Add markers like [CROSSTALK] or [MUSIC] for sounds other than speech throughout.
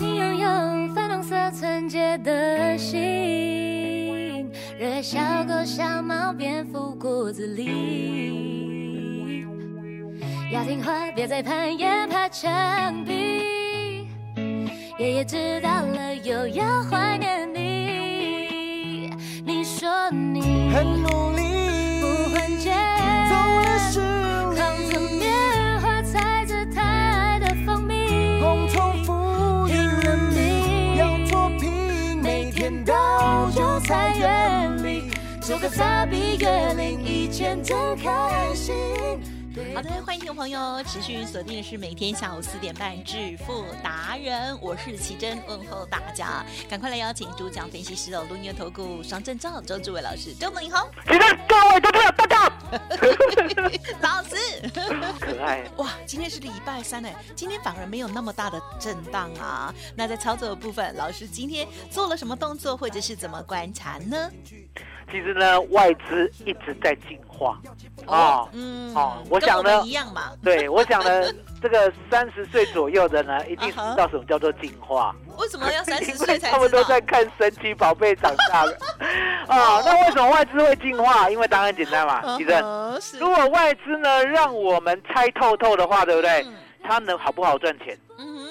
你拥有粉红色纯洁的心，热小狗、小猫、蝙蝠骨子里。要听话，别再攀岩爬墙壁。爷爷知道了，又要怀念你。你说你很努不力换，届。走的是靠着你，棉花采着他的蜂蜜，共同富裕拼了，命要脱贫，每天都有财源里，做个傻逼月龄，以前真开心。好的，欢迎听众朋友持续锁定的是每天下午四点半《致富达人》，我是奇珍，问候大家，赶快来邀请主讲分析师哦，轮源投顾双证照周志伟老师，周董你好，请看各位投票大家老师。可爱，哇，今天是礼拜三哎，今天反而没有那么大的震荡啊。那在操作的部分，老师今天做了什么动作，或者是怎么观察呢？其实呢，外资一直在进化啊。嗯哦我跟想呢们一样嘛。对，我想呢，这个三十岁左右的 [LAUGHS] 呢，一定啊知哈道什么叫做进化。为什么要啊三十因岁为才他们知都道？在看神奇宝贝长 [LAUGHS] 大的。啊，那为什么外资会进化？因为答案简单嘛，其实哦嗯哼是如果外资呢让我们猜透透的话，对不对嗯？它能好不好赚钱？嗯哼，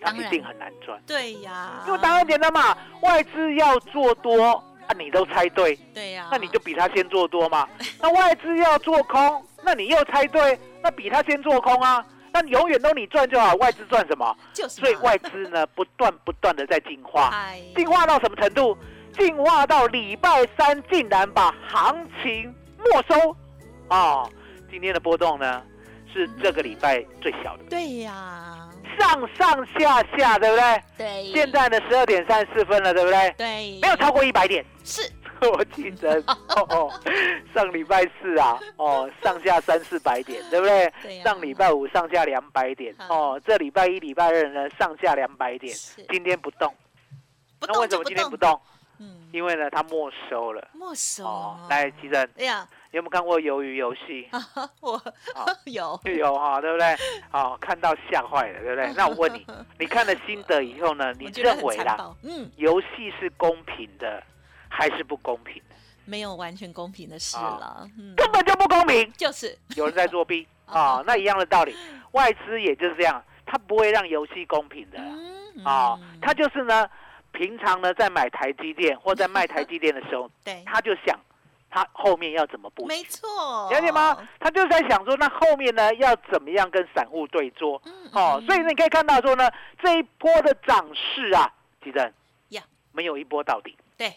它当一然啊定很难赚。对呀，因为答案简单嘛，外资要做多啊，你都猜对，对呀，那你就比他先做多嘛。那外资要做空，那你又猜对，那比他先做空啊。那你永远都你赚就好，外资赚什么？就是嘛所以外资呢，不断不断的在进化，哎进化到什么程度？进化到礼拜三竟然把行情没收哦！今天的波动呢，是这个礼拜最小的，对呀，上上下下，对不对？嗯对，现在呢，十二点三十四分了，对不对？对没有超过一百点，是 [LAUGHS] 我记 [LAUGHS] 得哦哦，上礼拜四啊，哦，上下三四百点，对不对？对呀上礼拜五上下两百点，哦，这礼拜一、礼拜二呢上下两百点是，今天不动，不那动为什就么不今天不动，动？嗯，因为呢，它没收了。没收哦了，来，奇珍，哎呀， [LAUGHS] 你有没有看过鱿鱼游戏？啊我好 [LAUGHS] 有有哈，对不对？好，看到吓坏了，[LAUGHS] 对不对？那我问你，你看了心得以后呢？你我觉得认很为残啦，暴嗯，游戏是公平的还是不公平的？没有完全公平的事好了， [LAUGHS] 嗯，根本就不公平。就是有人在 [LAUGHS] 作弊哦啊、那一样的道理，外资也就是这样，它不会让游戏公平的啦嗯啊、嗯它就是呢，平常呢在买台积电或在卖台积电的时 [LAUGHS] 候，对，他就想他后面要怎么布局，没错，了解吗？他就在想说，那后面呢要怎么样跟散户对捉嗯？哦，嗯所以呢你可以看到说呢，这一波的涨势啊，其实呀没有一波到底。对，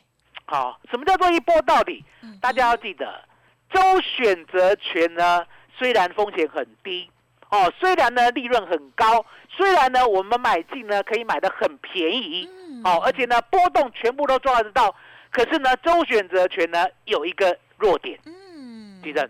好、什么叫做一波到底？嗯大家要记得，周选择权呢，虽然风险很低，哦，虽然呢利润很高，虽然呢我们买进呢可以买的很便宜，嗯哦，而且呢波动全部都抓得到，可是呢周选择权呢有一个弱点，嗯，地震。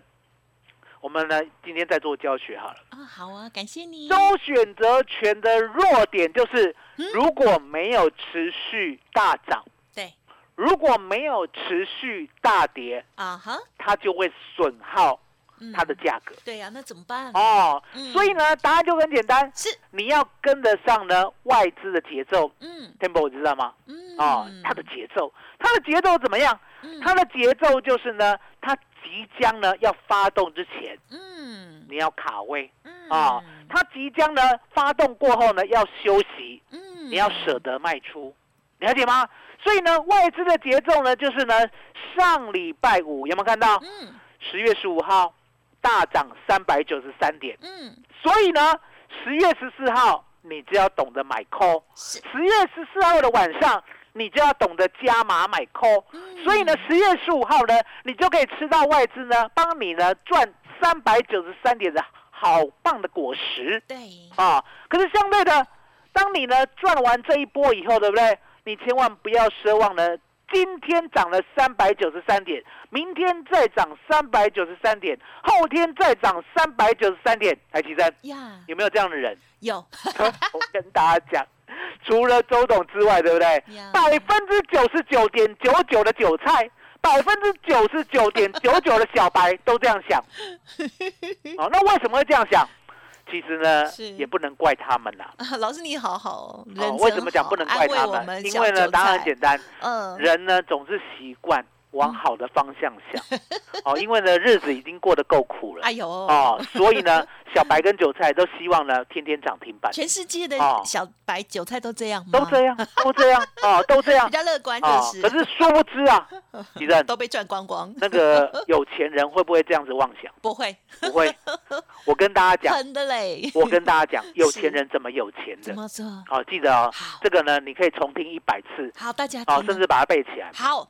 我们呢今天再做教学好了。啊，好啊，感谢你，周选择权的弱点就是嗯，如果没有持续大涨，对如果没有持续大跌，啊哈，它就会损耗嗯它的价格。对呀，那怎么办？哦嗯，所以呢，答案就很简单，是，你要跟得上呢外资的节奏嗯 tempo，知道吗？嗯，哦，它的节奏，它的节奏怎么样？嗯它的节奏就是呢，它即将呢要发动之前，嗯你要卡位嗯哦，它即将呢发动过后呢要休息，嗯你要舍得卖出，了解吗？所以呢，外资的节奏呢，就是呢，上礼拜五有没有看到？嗯十月十五号大涨三百九十三点，嗯所以呢，十月十四号你就要懂得买 call，是十月十四号的晚上你就要懂得加码买 call，嗯所以呢，十月十五号呢，你就可以吃到外资呢帮你呢赚三百九十三点的好棒的果实对，啊。可是相对的，当你呢赚完这一波以后，对不对？你千万不要奢望呢，今天涨了三百九十三点，明天再涨三百九十三点，后天再涨三百九十三点。哎来，奇珍，呀，有没有这样的人？ [LAUGHS] 有，我跟大家讲，除了周董之外，对不对？ [LAUGHS] 呀百分之九十九点九九的韭菜，百分之九十九点九九的小白都这样 [LAUGHS] 想。哦，那为什么会这样想？其实呢是，也不能怪他们啦。啊老师你好好哦，人哦，真为什么讲好不能安怪慰他我们因小为呢，韭答案菜很简单，嗯，人呢总是习惯往好的方向 [LAUGHS] 想。哦，因为呢，日子已经过得够苦了哎。呦，哦，所以呢，小白跟韭菜都希望呢，天天涨停 [LAUGHS] 板。全世界的哦小白韭菜都这样吗？都这样，都这样哦，都这嗯样比较乐观，哦。就是、可是殊不知啊，奇 [LAUGHS] 正，都被赚光光，那个有钱人会不会这样子妄想？不会不会，我跟大家讲，喷的嘞。我跟大家讲，有钱人怎么有钱怎的？么做？好、记得哦好，这个呢，你可以重听一百次，好，大家听好、哦甚了至把它背起来。好，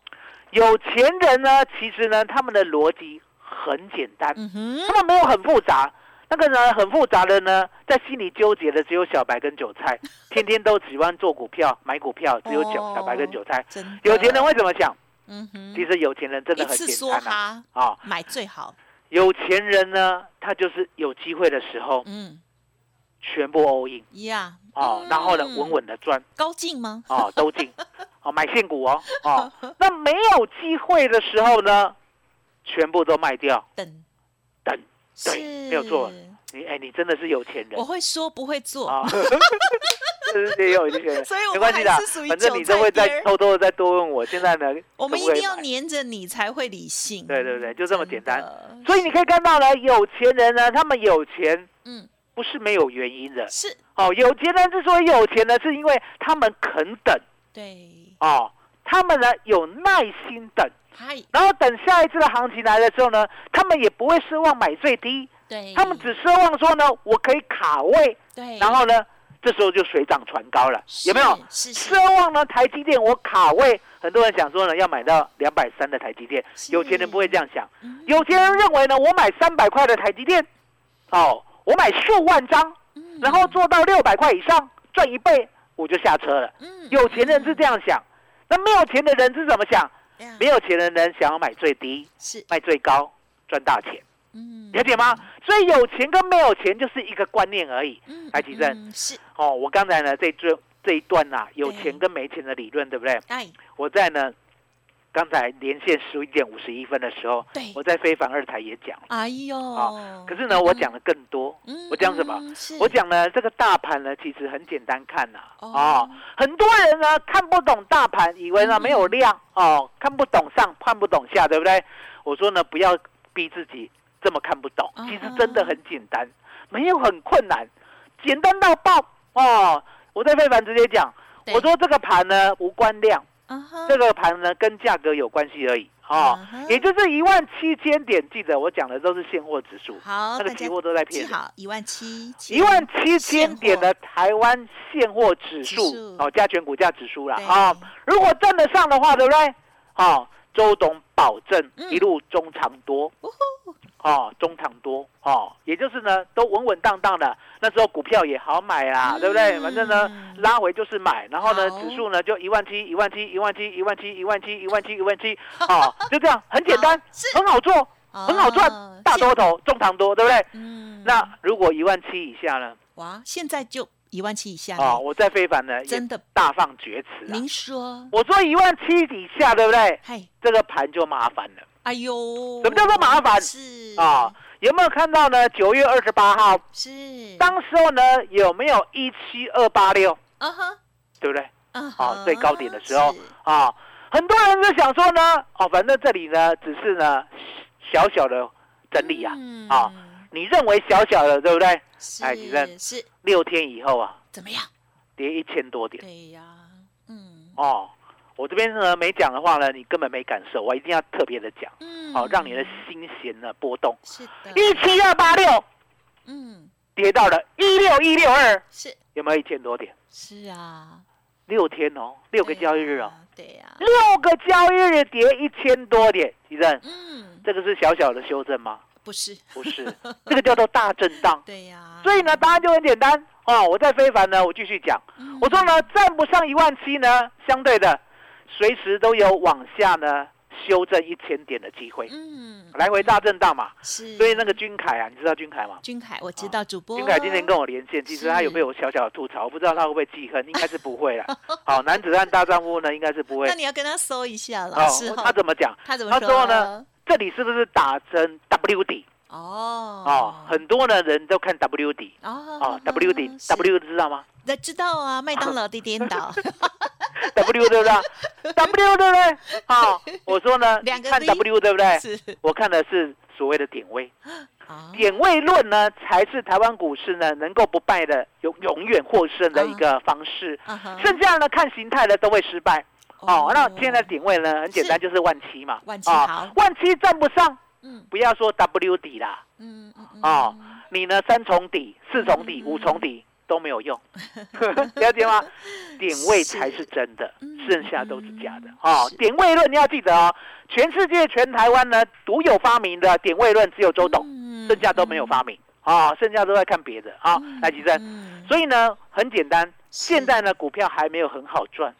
有钱人呢，其实呢，他们的逻辑很简单，嗯哼，他们没有很复杂。那个呢，很复杂的呢，在心里纠结的只有小白跟 [LAUGHS] 韭菜，天天都只欢做股票、买股票，只有韭、哦小白跟韭菜。真的有钱人，会怎么想？呃嗯哼，其实有钱人真的一很次简梭单啊！哈，啊，买最好，有钱人呢，他就是有机会的时候嗯全部 all in 呀，哦，嗯然后呢稳稳的赚高进吗？ [LAUGHS] 哦，都进哦，买现股哦哦。那没有机会的时候呢，全部都卖掉。等等对是没有错你哎，你真的是有钱人我会说不会做，啊！ [LAUGHS] 真的是也有钱人，所以我没关系的还是属，于反正你都会韭菜边再儿偷偷的再多问我。现在呢，我们一可不可以定要买黏着你才会理性。对对对就这么简单真的所以你可以看到呢，有钱人呢，他们有钱嗯，不是没有原因的。是哦，有钱人之所以有钱呢，是因为他们肯等对，哦，他们呢有耐心等，嗨，然后等下一次的行情来的时候呢，他们也不会奢望买最低，对，他们只奢望说呢，我可以卡位，对，然后呢，这时候就水涨船高了，有没有？嗯哦是是奢望呢，台积电我卡位，很多人想说呢，要买到两百三的台积电，是有钱人不会这样想，嗯有钱人认为呢，我买三百块的台积电，哦，我买数万张，嗯然后做到六百块以上，赚一倍我就下车了。嗯有钱人是这样想，那没有钱的人是怎么想？呀没有钱的人想要买最低，嗯是卖最高，赚大钱，嗯了解吗？所以有钱跟没有钱就是一个观念而已。嗯台积电嗯是哦，我刚才呢这一段这一段呐、有对钱跟没钱的理论，对不对？哎我在呢刚才连线十一点五十一分的时候，对我在非凡二台也讲了，哎呦，可是呢我讲的更多。嗯我讲什么？嗯是我讲呢，这个大盘呢，其实很简单看呐、哦哦，很多人呢看不懂大盘，以为嗯呢没有量哦，看不懂上，看不懂下，对不对？我说呢，不要逼自己这么看不懂，啊其实真的很简单，没有很困难，简单到爆哦！我在非凡直接讲，对我说这个盘呢无关量，啊哈这个盘呢跟价格有关系而已哦啊哈，也就是一万七千点，记得我讲的都是现货指数，好，那个大期家货都在记骗人。好一万七一万七千点的台湾现货指数指数哦，加权股价指数啦对啊、如果站得上的话，对不对？哦，周董保证嗯一路中长多，呜哦，中长多哦，也就是呢，都稳稳当当的。那时候股票也好买啦，嗯对不对？反正呢，拉回就是买，然后呢，好指数呢就一万七、一万七、一万七、一万七、一万七、一万七、一万七，哦，就这样，很简单，是很好做，很好哦赚，大多头、中长多，对不对？嗯那如果一万七以下呢？哇，现在就一万七以下哦，了，我在非凡呢，哎真的大放厥词啊！您说，我说一万七以下，对不对？嗨，这个盘就麻烦了哎呦，什么叫做麻烦是啊、有没有看到呢？九月二十八号，嗯是当时候呢有没有一七二八六？啊哈对不对？啊啊、哈最高点的时候是啊、很多人就想说呢，哦，反正这里呢只是呢小小的整理啊，啊、嗯你认为小小的，对不对？是哎你看是六天以后啊，怎么样？跌一千多点对呀，嗯哦。我这边呢没讲的话呢，你根本没感受，我一定要特别的讲。嗯，好、让你的心弦呢波动。是的，一七二八六嗯跌到了一六一六二，是有没有一千多点？是啊，六天哦，六个交易日哦，啊，对呀、六个交易日跌一千多点，奇正，嗯，这个是小小的修正吗？不是，不 [LAUGHS] 是，这个叫做大震荡。对呀、所以呢，答案就很简单哦。我在非凡呢，我继续讲，嗯我说呢，站不上一万七呢，相对的，随时都有往下呢修正一千点的机会，嗯来回大震荡嘛。是，所以那个君凯啊，你知道君凯吗？君凯，我知道主播君凯今天跟我连线，其实他有被我小小的吐槽，不知道他会不会 [LAUGHS] 记恨，应该是不会啦。好，男子汉大丈夫呢，应该是不会那。你要跟他搜一下，哦老师，哈、他怎么讲？他怎么他说说呢？这里是不是打成 W 底？哦哦，很多呢人都看 W 底。哦哦，W 底是，W 知道吗 [LAUGHS] 那知道啊，麦当劳的颠倒， ？W [LAUGHS] 对不对？W 对不对？好，我说呢，两个看 V W 对不对？是我看的是所谓的点位，啊，点位论呢，才是台湾股市呢能够不败的永永远获胜嗯的一个方式。啊哈剩下呢看形态的都会失败。哦，那现在的点位呢很简单，是就是万七嘛。万七啊好万七站不上，嗯不要说 W 底啦，嗯嗯嗯哦，你呢三重底、四重底、嗯五重底都没有 [LAUGHS] 用，了解吗？点位才是真的嗯，剩下都是假的嗯哦是。点位论你要记得哦，全世界全台湾呢独有发明的点位论只有周董，嗯剩下都没有发明啊，哦剩下都在看别的啊。来，吉正，嗯所以呢很简单，是现在呢股票还没有很好赚，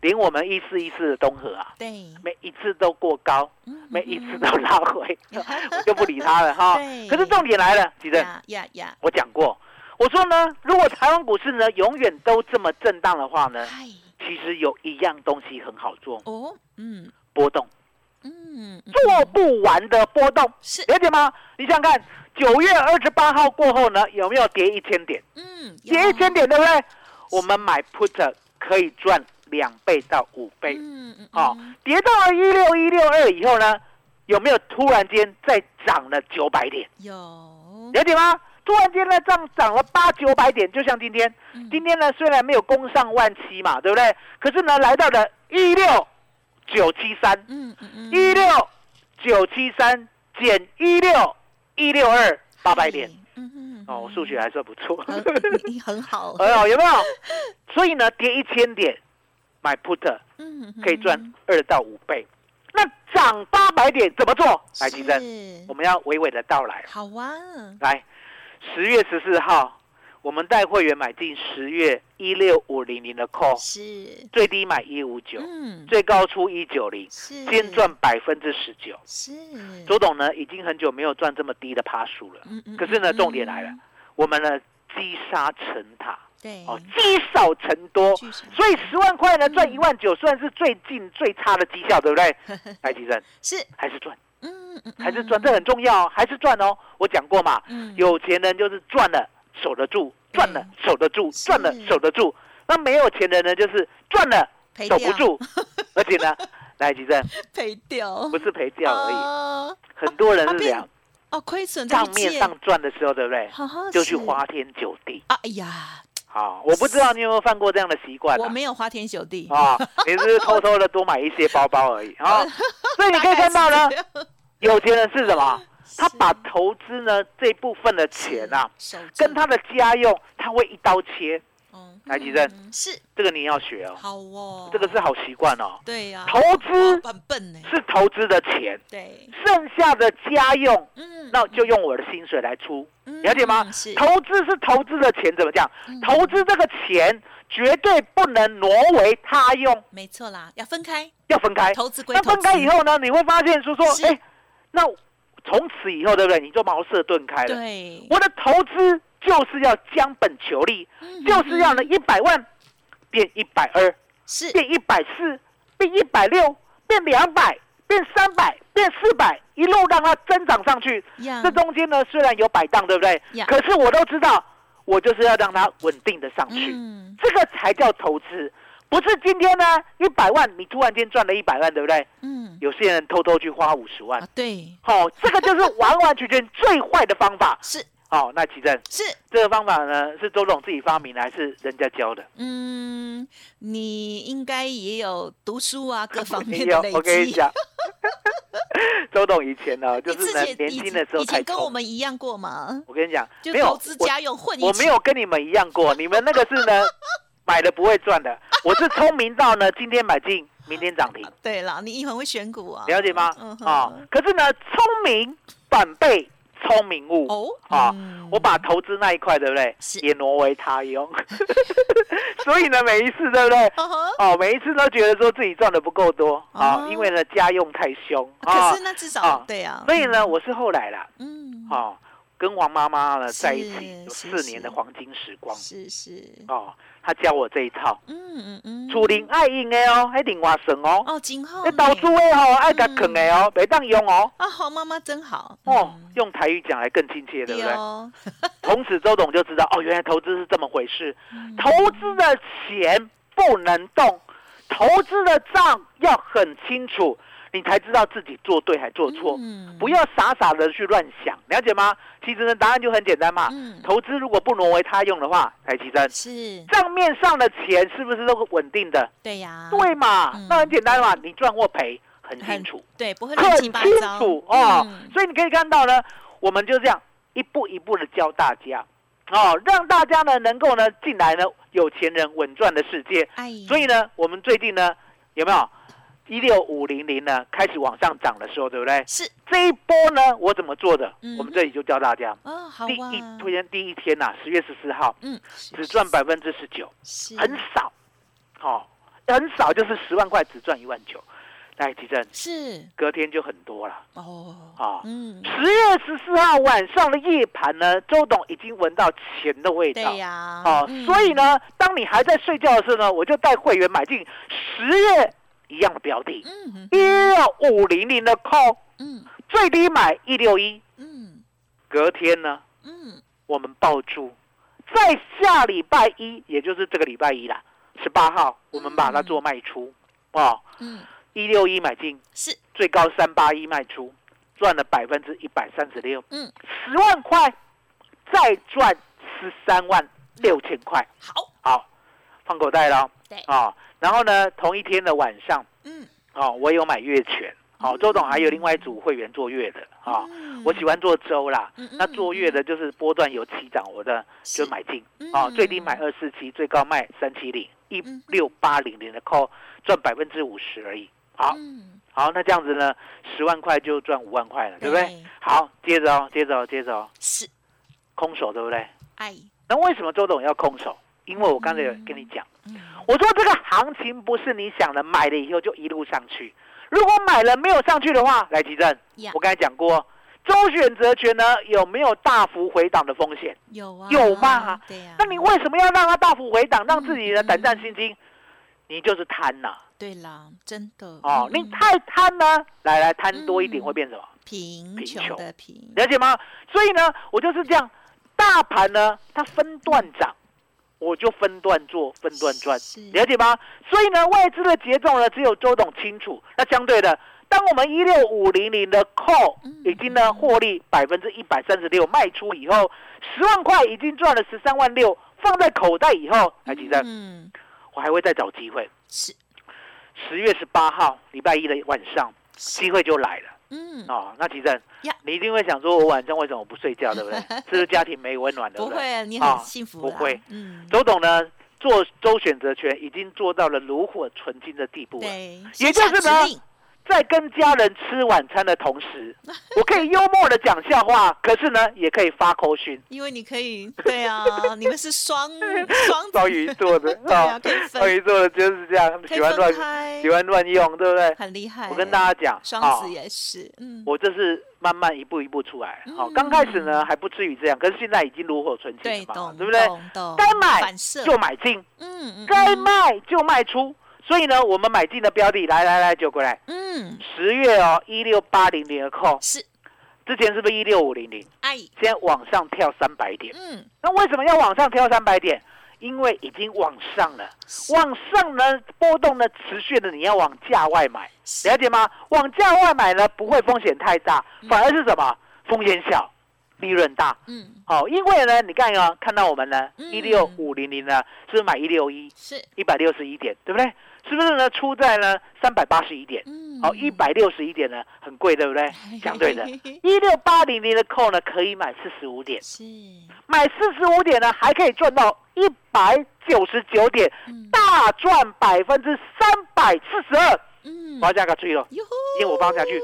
连我们一四一四的东河啊，对，每一次都过高，嗯每一次都拉 [LAUGHS] 回，我就不理他了哈对。可是重点来了，吉正。呀呀呀，我讲过，我说呢，如果台湾股市呢永远都这么震荡的话呢，嗨，其实有一样东西很好做，哦，嗯波动，嗯，嗯做不完的波动，是，了解吗？你想想看，九月二十八号过后呢，有没有跌一千点？嗯，跌一有千点，对不对？我们买 put 可以赚两倍到五倍，嗯嗯，哦嗯，跌到了一六一六二以后呢，有没有突然间再涨了九百点？有，了解吗？突然间呢，涨涨了八九百点，就像今天，嗯今天呢虽然没有攻上万七嘛，对不对？可是呢，来到了一六九七三，嗯嗯嗯，一六九七三减一六一六二八百点嗨，，嗯嗯，哦，我数学还算不错，很你很好， [LAUGHS] 哎呦，有没有？所以呢，跌一千点买 put 嗯，可以赚嗯，二到五倍，那涨八百点怎么做？来，吉珍，是我们要娓娓的道来。好啊，来，十月十四号，我们带会员买进十月一六五零零的 call，是，最低买一五九，嗯，最高出一九零，是，先赚百分之十九。是，周董呢，已经很久没有赚这么低的趴数了。嗯嗯可是呢，嗯重点来了嗯，我们呢积沙成塔，对，哦，积少成多。聚少所以十万块呢，嗯赚一万九，算是最近最差的绩效，对不对？来，吉生 [LAUGHS] 是，还是赚，嗯嗯，还是嗯赚，这很重要哦，还是赚哦。我讲过嘛，嗯，有钱人就是赚了守得住，赚了守得住，是赚了守得住。那没有钱人呢，就是赚了赔守掉，[LAUGHS] 不住，而且呢，来吉正赔掉，不是赔掉而已，哦很多人啊是这样，哦，亏损在账面上赚的时候，对不对？好好就去花天酒地。啊，哎呀，好，我不知道你有没有犯过这样的习惯我啊？没有花天酒地，啊，你是偷偷的多买一些包包而已啊。 [LAUGHS] 所以你可以看到大呢概，是这样，有钱人是什么？他是把投资呢这部分的钱啊， [LAUGHS] 守住跟他的家用，他会一刀切。嗯来吉珍嗯是这个你要学哦，好哦，这个是好习惯哦。对呀，投资我很笨呢，欸是投资的钱，对，剩下的家用，嗯，那就用我的薪水来出，嗯了解吗嗯是？投资是投资的钱，怎么讲？嗯投资这个钱绝对不能挪为他用，没错啦，要分开，要分开。投资归哎那投分资，开以后呢，你会发现说说是，哎，那从此以后，对不对？你就茅塞顿开了。对，我的投资就是要将本求利，嗯就是要呢嗯嗯嗯一百万变一百二，是变一百四，变一百六，变两百，变三百，变四百，一路让它增长上去。呀这中间呢，虽然有摆荡，对不对嗯呀？可是我都知道，我就是要让它稳定的上去，嗯，这个才叫投资。不是今天呢，一百万你突然间赚了一百万，对不对？嗯有些人偷偷去花五十万啊，，对，好、这个就是完完全全最坏的方法。是好、那奇正，是，这个方法呢是周总自己发明的，还是人家教的？嗯，你应该也有读书啊，各方没面有的累，积。 [LAUGHS] 我跟你讲，周董以前呢，就你是自呢己年以轻前的时候以才前跟我投。们一样过嘛，我跟你讲，就没有投资我家用混一我起没有跟你们一样过，你们那个是呢买了不会赚的，我是聪明到呢今天买进，明天涨停，对了，你很会选股啊，了解吗？嗯哼啊，可是呢，聪明反被聪明误。哦啊嗯，我把投资那一块，对不对是？也挪为他用， [LAUGHS] 所以呢，每一次，对不 [LAUGHS] 对？呵呵哦，每一次都觉得说自己赚的不够多啊哦，因为呢家用太凶啊可是，那至少啊对啊，所以呢，我是后来啦，嗯，哦，跟黄妈妈呢是在一起有是四是年的黄金时光是是，哦，她教我这一套，嗯嗯嗯，厝林爱用的哦，还另外省哦，哦，嗯今后那投资的吼爱甲藏的哦，袂当用哦，啊，黄妈妈真好哦嗯，用台语讲来更亲切，对对不对？哦，从此周董就知道哦，原来投资是这么回事，嗯投资的钱不能动，投资的账要很清楚，你才知道自己做对还做错。嗯不要傻傻的去乱想，了解吗？其实呢，答案就很简单嘛。嗯投资如果不挪为他用的话，台积电是，账面上的钱是不是都稳定的？对呀，对嘛嗯？那很简单嘛，你赚或赔很清很楚，对，不会很乱七清八糟楚哦嗯。所以你可以看到呢，我们就这样一步一步的教大家，哦，让大家呢能够呢进来呢有钱人稳赚的世界。哎呀，所以呢，我们最近呢有没有一六五零零呢开始往上涨的时候，对不对？是这一波呢，我怎么做的？嗯我们这里就教大家。哦，好第哇，一推荐第一天呐、十月十四号，嗯，只赚百分之十九，是很少，哦，很少，就是十万块只赚一万九。来，吉正，是隔天就很多了哦，啊。嗯，十月十四号晚上的夜盘呢，周董已经闻到钱的味道对。呀，哦，嗯所以呢，当你还在睡觉的时候呢，我就带会员买进十月一样的标的，嗯一六五零零的 call，嗯最低买一六一，嗯隔天呢，嗯，我们抱住，在下礼拜一，也就是这个礼拜一啦，十八号，我们把它做卖出，哦，嗯，一六一买进，是最高三八一卖出，赚了百分之一百三十六，嗯，十万块，再赚十三万六千块，好，好，放口袋了，对哦，然后呢，同一天的晚上，嗯，哦，我有买月权，哦，周董还有另外一组会员做月的，哦，嗯我喜欢做周啦，嗯嗯那做月的就是波段有起涨，我的就是买进嗯啊，最低买二四七，最高卖三七零，一嗯六八零零的 call 赚百分之五十而已。好，嗯，好，那这样子呢，十万块就赚五万块了，对不对对？好，接着哦，接着哦，接着哦，是空手对不对？哎，那为什么周董要空手？因为我刚才有跟嗯你讲，我说这个行情不是你想的买了以后就一路上去，如果买了没有上去的话，来提正呀，我刚才讲过，周选择权呢有没有大幅回档的风险？有啊，有嘛对呀，那你为什么要让它大幅回档，让自己的嗯胆战心惊？你就是贪呐、对啦，真的哦，嗯你嗯太贪呢、来来贪多一点嗯会变什么？贫贫穷穷的贫，了解吗？所以呢，我就是这样，大盘呢它分段涨，我就分段做，分段赚是，了解吗？所以呢，外资的节奏呢只有周董清楚。那相对的，当我们一六五零零的 call 嗯已经呢获利百分之一百三十六卖出以后，十万块已经赚了十三万六，放在口袋以后，来几张？嗯，我还会再找机会。是十月十八号礼拜一的晚上，是，机会就来了嗯，哦。那其实呀你一定会想说，我晚上为什么不睡 [LAUGHS] 觉，对不对？是不是家庭没温暖，对不对？会，你啊很幸福不啦会，嗯，周董呢，做周选择权已经做到了炉火纯青的地步了。对，啊也下就是指呢令，在跟家人吃晚餐的 [LAUGHS] 同时，我可以幽默的讲笑话，可是呢，也可以发口讯。因为你可以，对 [LAUGHS] 啊，你们是双双双鱼座的， [LAUGHS] 对啊，哦可以双分，鱼座的就是这样，他们可以喜欢分乱开喜，欢乱用，对不对？很厉害。我跟大家讲，双哦子也是，嗯，我这是慢慢一步一步出来。好、嗯刚开始呢还不至于这样，可是现在已经炉火纯青对，了嘛懂，，对不对？懂懂，该买反射，就买进，嗯嗯，该嗯卖就卖出。所以呢，我们买进的标的，来来来，九过来，嗯，十月哦，一六八零零的扣，是之前是不是一六五零零？爱，现在往上跳三百点，嗯，那为什么要往上跳三百点？因为已经往上了，往上呢波动呢持续的，你要往价外买，是了解吗？往价外买呢不会风险太大，反而是什么风险小，利润大。嗯哦，因为呢，你看哦，看到我们呢，嗯一六五零零呢，是不是买一六一，是，一百六十一点，对不对？是不是呢？出在呢三百八十一点，嗯，？哦，一百六十一点呢，很贵，对不对哎相对的，一六八零零的扣呢，可以买四十五 [LAUGHS] 点，是，买四十五点呢，还可以赚到一百九十九点，嗯大赚百分之三百四十二。嗯我要价格注意了，哟呼，因为我帮下去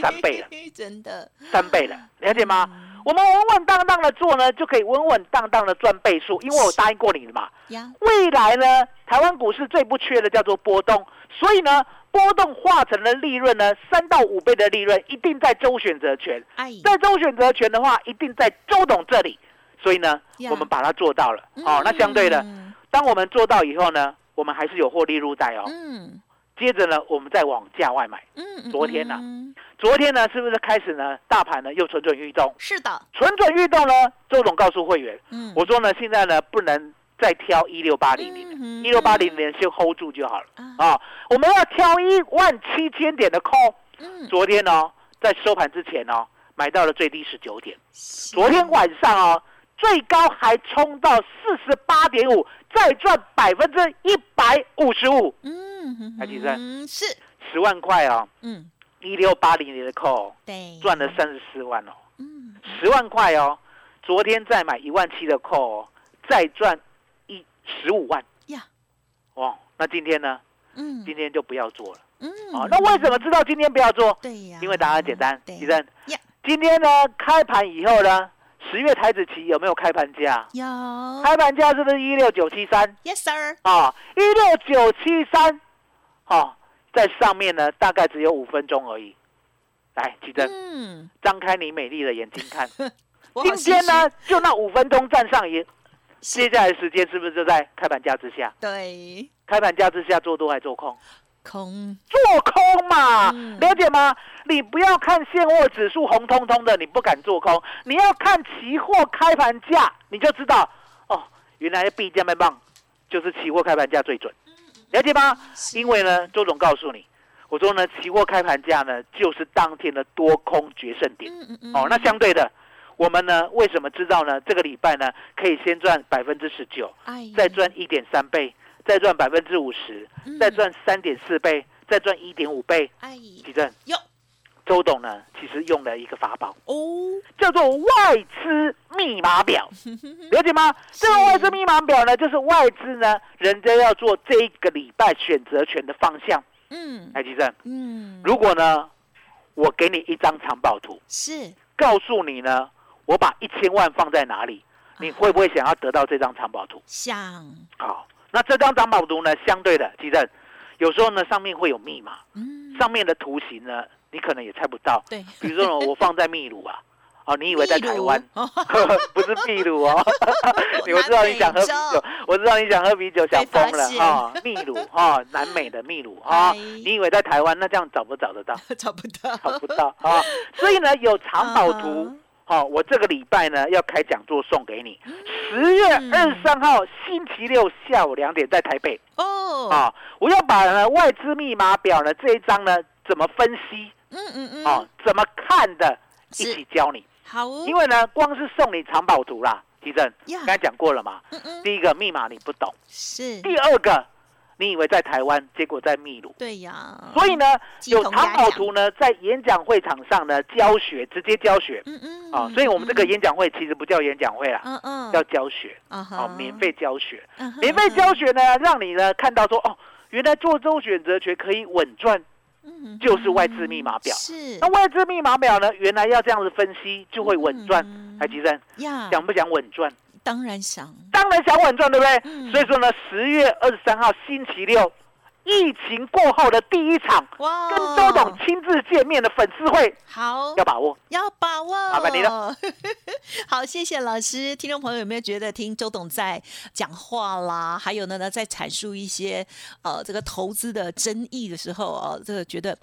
三倍了，真的，三倍了，嗯了解吗？我们稳稳当当的做呢，就可以稳稳当当的赚倍数，因为我答应过你的嘛。呀，未来呢，台湾股市最不缺的叫做波动，所以呢，波动化成了利润呢，三到五倍的利润一定在周选择权，哎，在周选择权的话，一定在周董这里，所以呢呀，我们把它做到了。哦，那相对的，嗯当我们做到以后呢，我们还是有获利入袋哦。嗯接着呢，我们再往价外买。嗯嗯昨天呐嗯昨天呢，是不是开始呢？大盘呢又蠢蠢欲动，是的，蠢蠢欲动呢？周总告诉会员，嗯，我说呢，现在呢不能再挑一六八零零，零一六八零零先 hold 住就好了嗯啊啊。我们要挑一万七千点的 call。嗯，昨天哦，在收盘之前哦，买到了最低十九点。嗯昨天晚上哦，最高还冲到四十八点五，再赚百分之一百五十五，嗯，嗯台积电嗯是，十万块哦，嗯，一六八零年的扣对，赚了三十四万哦，嗯，十万块哦，昨天再买一万七的扣、哦，再赚一十五万呀，哦。那今天呢？嗯今天就不要做了嗯，哦。那为什么知道今天不要做？对呀，因为答案简单，对医生呀。今天呢，开盘以后呢，十月台子期有没有开盘价？有哦开盘价是不是一六九七三，Yes sir，啊？一六九七三，哦，在上面呢，大概只有五分钟而已。来，奇珍，嗯，张开你美丽的眼睛看，我好今天心呢，就那五分钟站上赢，虚，接下来的时间是不是就在开盘价之下？对，开盘价之下做多还做空？空，做空嘛，嗯了解吗？你不要看现货指数红彤彤的，你不敢做空，你要看期货开盘价，你就知道哦，原来必加卖棒就是期货开盘价最准，嗯了解吗？因为呢，周总告诉你，我说呢，期货开盘价呢就是当天的多空决胜点嗯嗯嗯，哦。那相对的，我们呢为什么知道呢？这个礼拜呢可以先赚百分之十九，哎，再赚一点三倍，再赚百分之五十。嗯再，赚三点四倍，再赚一点五倍。哎，奇正哟，周董呢，其实用了一个法宝，哦，叫做外资密 [LAUGHS] 码表，了解吗？这个外资密码表呢，就是外资呢，人家要做这一个礼拜选择权的方向。嗯哎，奇正，嗯，如果呢，我给你一张藏宝图，是告诉你呢，我把一千万放在哪里，啊你会不会想要得到这张藏宝图？想，好，那这张藏宝图呢，相对的，奇正，有时候呢，上面会有密码。嗯，上面的图形呢，你可能也猜不到。对，比 [LAUGHS] 如说呢，我放在秘鲁啊，哦，你以为在秘鲁？台湾 [LAUGHS] 哦呵呵不是秘鲁 [LAUGHS] 哦，你我知道你想喝啤南美酒，我知道你想喝啤酒，想疯了被发啊！哦秘鲁啊，哦南美的秘鲁哎啊，哦你以为在台湾？那这样找不找得到？ [LAUGHS] 找不到，找不到啊！[LAUGHS] 所以呢，有藏宝图嗯，好，我这个礼拜呢要开讲座送给你，十月二十三号星期六下午两点在台北，哦，啊，我要把呢外资密码表呢这一章呢怎么分析嗯嗯嗯，啊，怎么看的，一是起教你。好哦，因为呢，光是送你藏宝图啦，提正，呀刚才讲过了嘛。嗯嗯第一个密码你不懂，是，第二个你以为在台湾，结果在秘鲁。对呀，所以呢，嗯鸡有同藏鸭宝讲图呢，在演讲会场上呢教学，直接教学嗯嗯，啊。所以我们这个嗯演讲会其实不叫演讲会啦，嗯嗯叫教学啊啊，哈免费教学。嗯哼免费教学呢，让你呢看到说哦，原来做周选择权可以稳赚，嗯就是外资密码表是那外资密码表呢，原来要这样子分析就会稳赚。嗯海吉生呀，想不想稳赚？当然想，当然想稳赚，对不对？嗯所以说呢，十月二十三号星期六，疫情过后的第一场哇，跟周董亲自见面的粉丝会，好要把握。要把握，麻烦你了。 [LAUGHS] 好，谢谢老师。听众朋友有没有觉得听周董在讲话啦，还有呢呢在阐述一些呃这个投资的争议的时候哦，这个觉得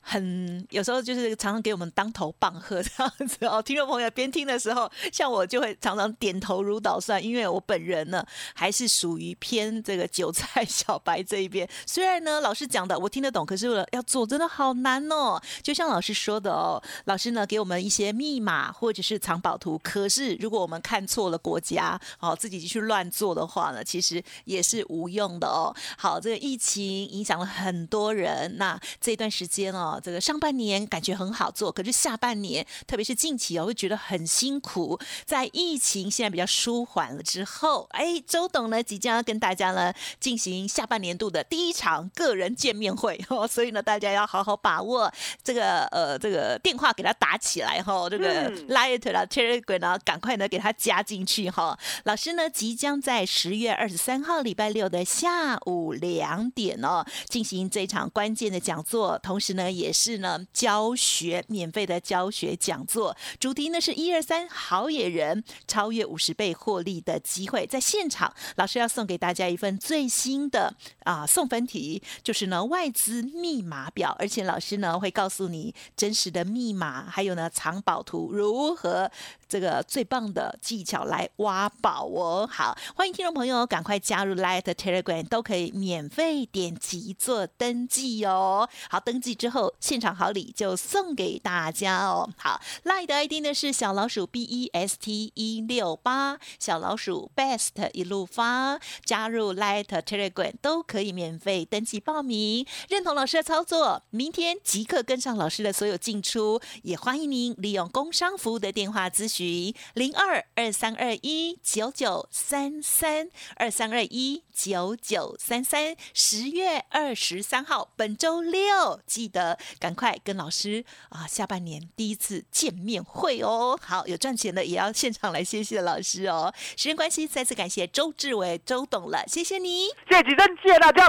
很有时候就是常常给我们当头棒喝这样子哦。听众朋友边听的时候，像我就会常常点头如捣蒜，因为我本人呢还是属于偏这个韭菜小白这一边。虽然呢老师讲的我听得懂，可是我要做真的好难哦。就像老师说的哦，老师呢给我们一些密码或者是藏宝图，可是如果我们看错了国家，哦，自己去乱做的话呢，其实也是无用的哦。好，这个疫情影响了很多人，那这段时间哦，这个上半年感觉很好做，可是下半年，特别是近期哦，会觉得很辛苦。在疫情现在比较舒缓了之后，哎，周董呢即将要跟大家呢进行下半年度的第一场。场个人见面会 [LAUGHS] 哦，所以呢，大家要好好把握这个呃这个电话给它打起来哈、哦，这个嗯 Light 啦、Telegram 啦，赶快呢给它加进去哈、老师呢即将在十月二十三号礼拜六的下午两点哦，进行这场关键的讲座，同时呢也是呢教学免费的教学讲座，主题呢是一二三好野人超越五十倍获利的机会，在现场老师要送给大家一份最新的啊送分题，就是呢外资密码表，而且老师呢会告诉你真实的密码，还有呢藏宝图如何这个最棒的技巧来挖宝哦。好，欢迎听众朋友赶快加入 Light Telegram，都可以免费点击做登记哦。好，登记之后现场好礼就送给大家哦。好，Light 的 ID 呢是小老鼠 B E S T 一六八，小老鼠 Best 一路发，加入 Light Telegram 都可以免费登记报名。认同老师的操作，明天即刻跟上老师的所有进出，也欢迎您利用工商服务的电话咨询零二二三二一九九三三二三二一九九三三。十月二十三号，本周六，记得赶快跟老师啊，下半年第一次见面会哦。好，有赚钱的也要现场来谢谢老师哦。时间关系，再次感谢周志伟周董了，谢谢你。谢谢真，谢谢大家，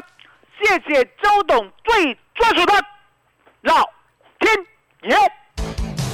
谢谢周董最专属的老天爷。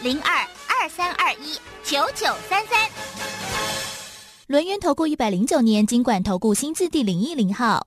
零二二三二一九九三三。轮源投顾一百零九年经管投顾新字第零一零号。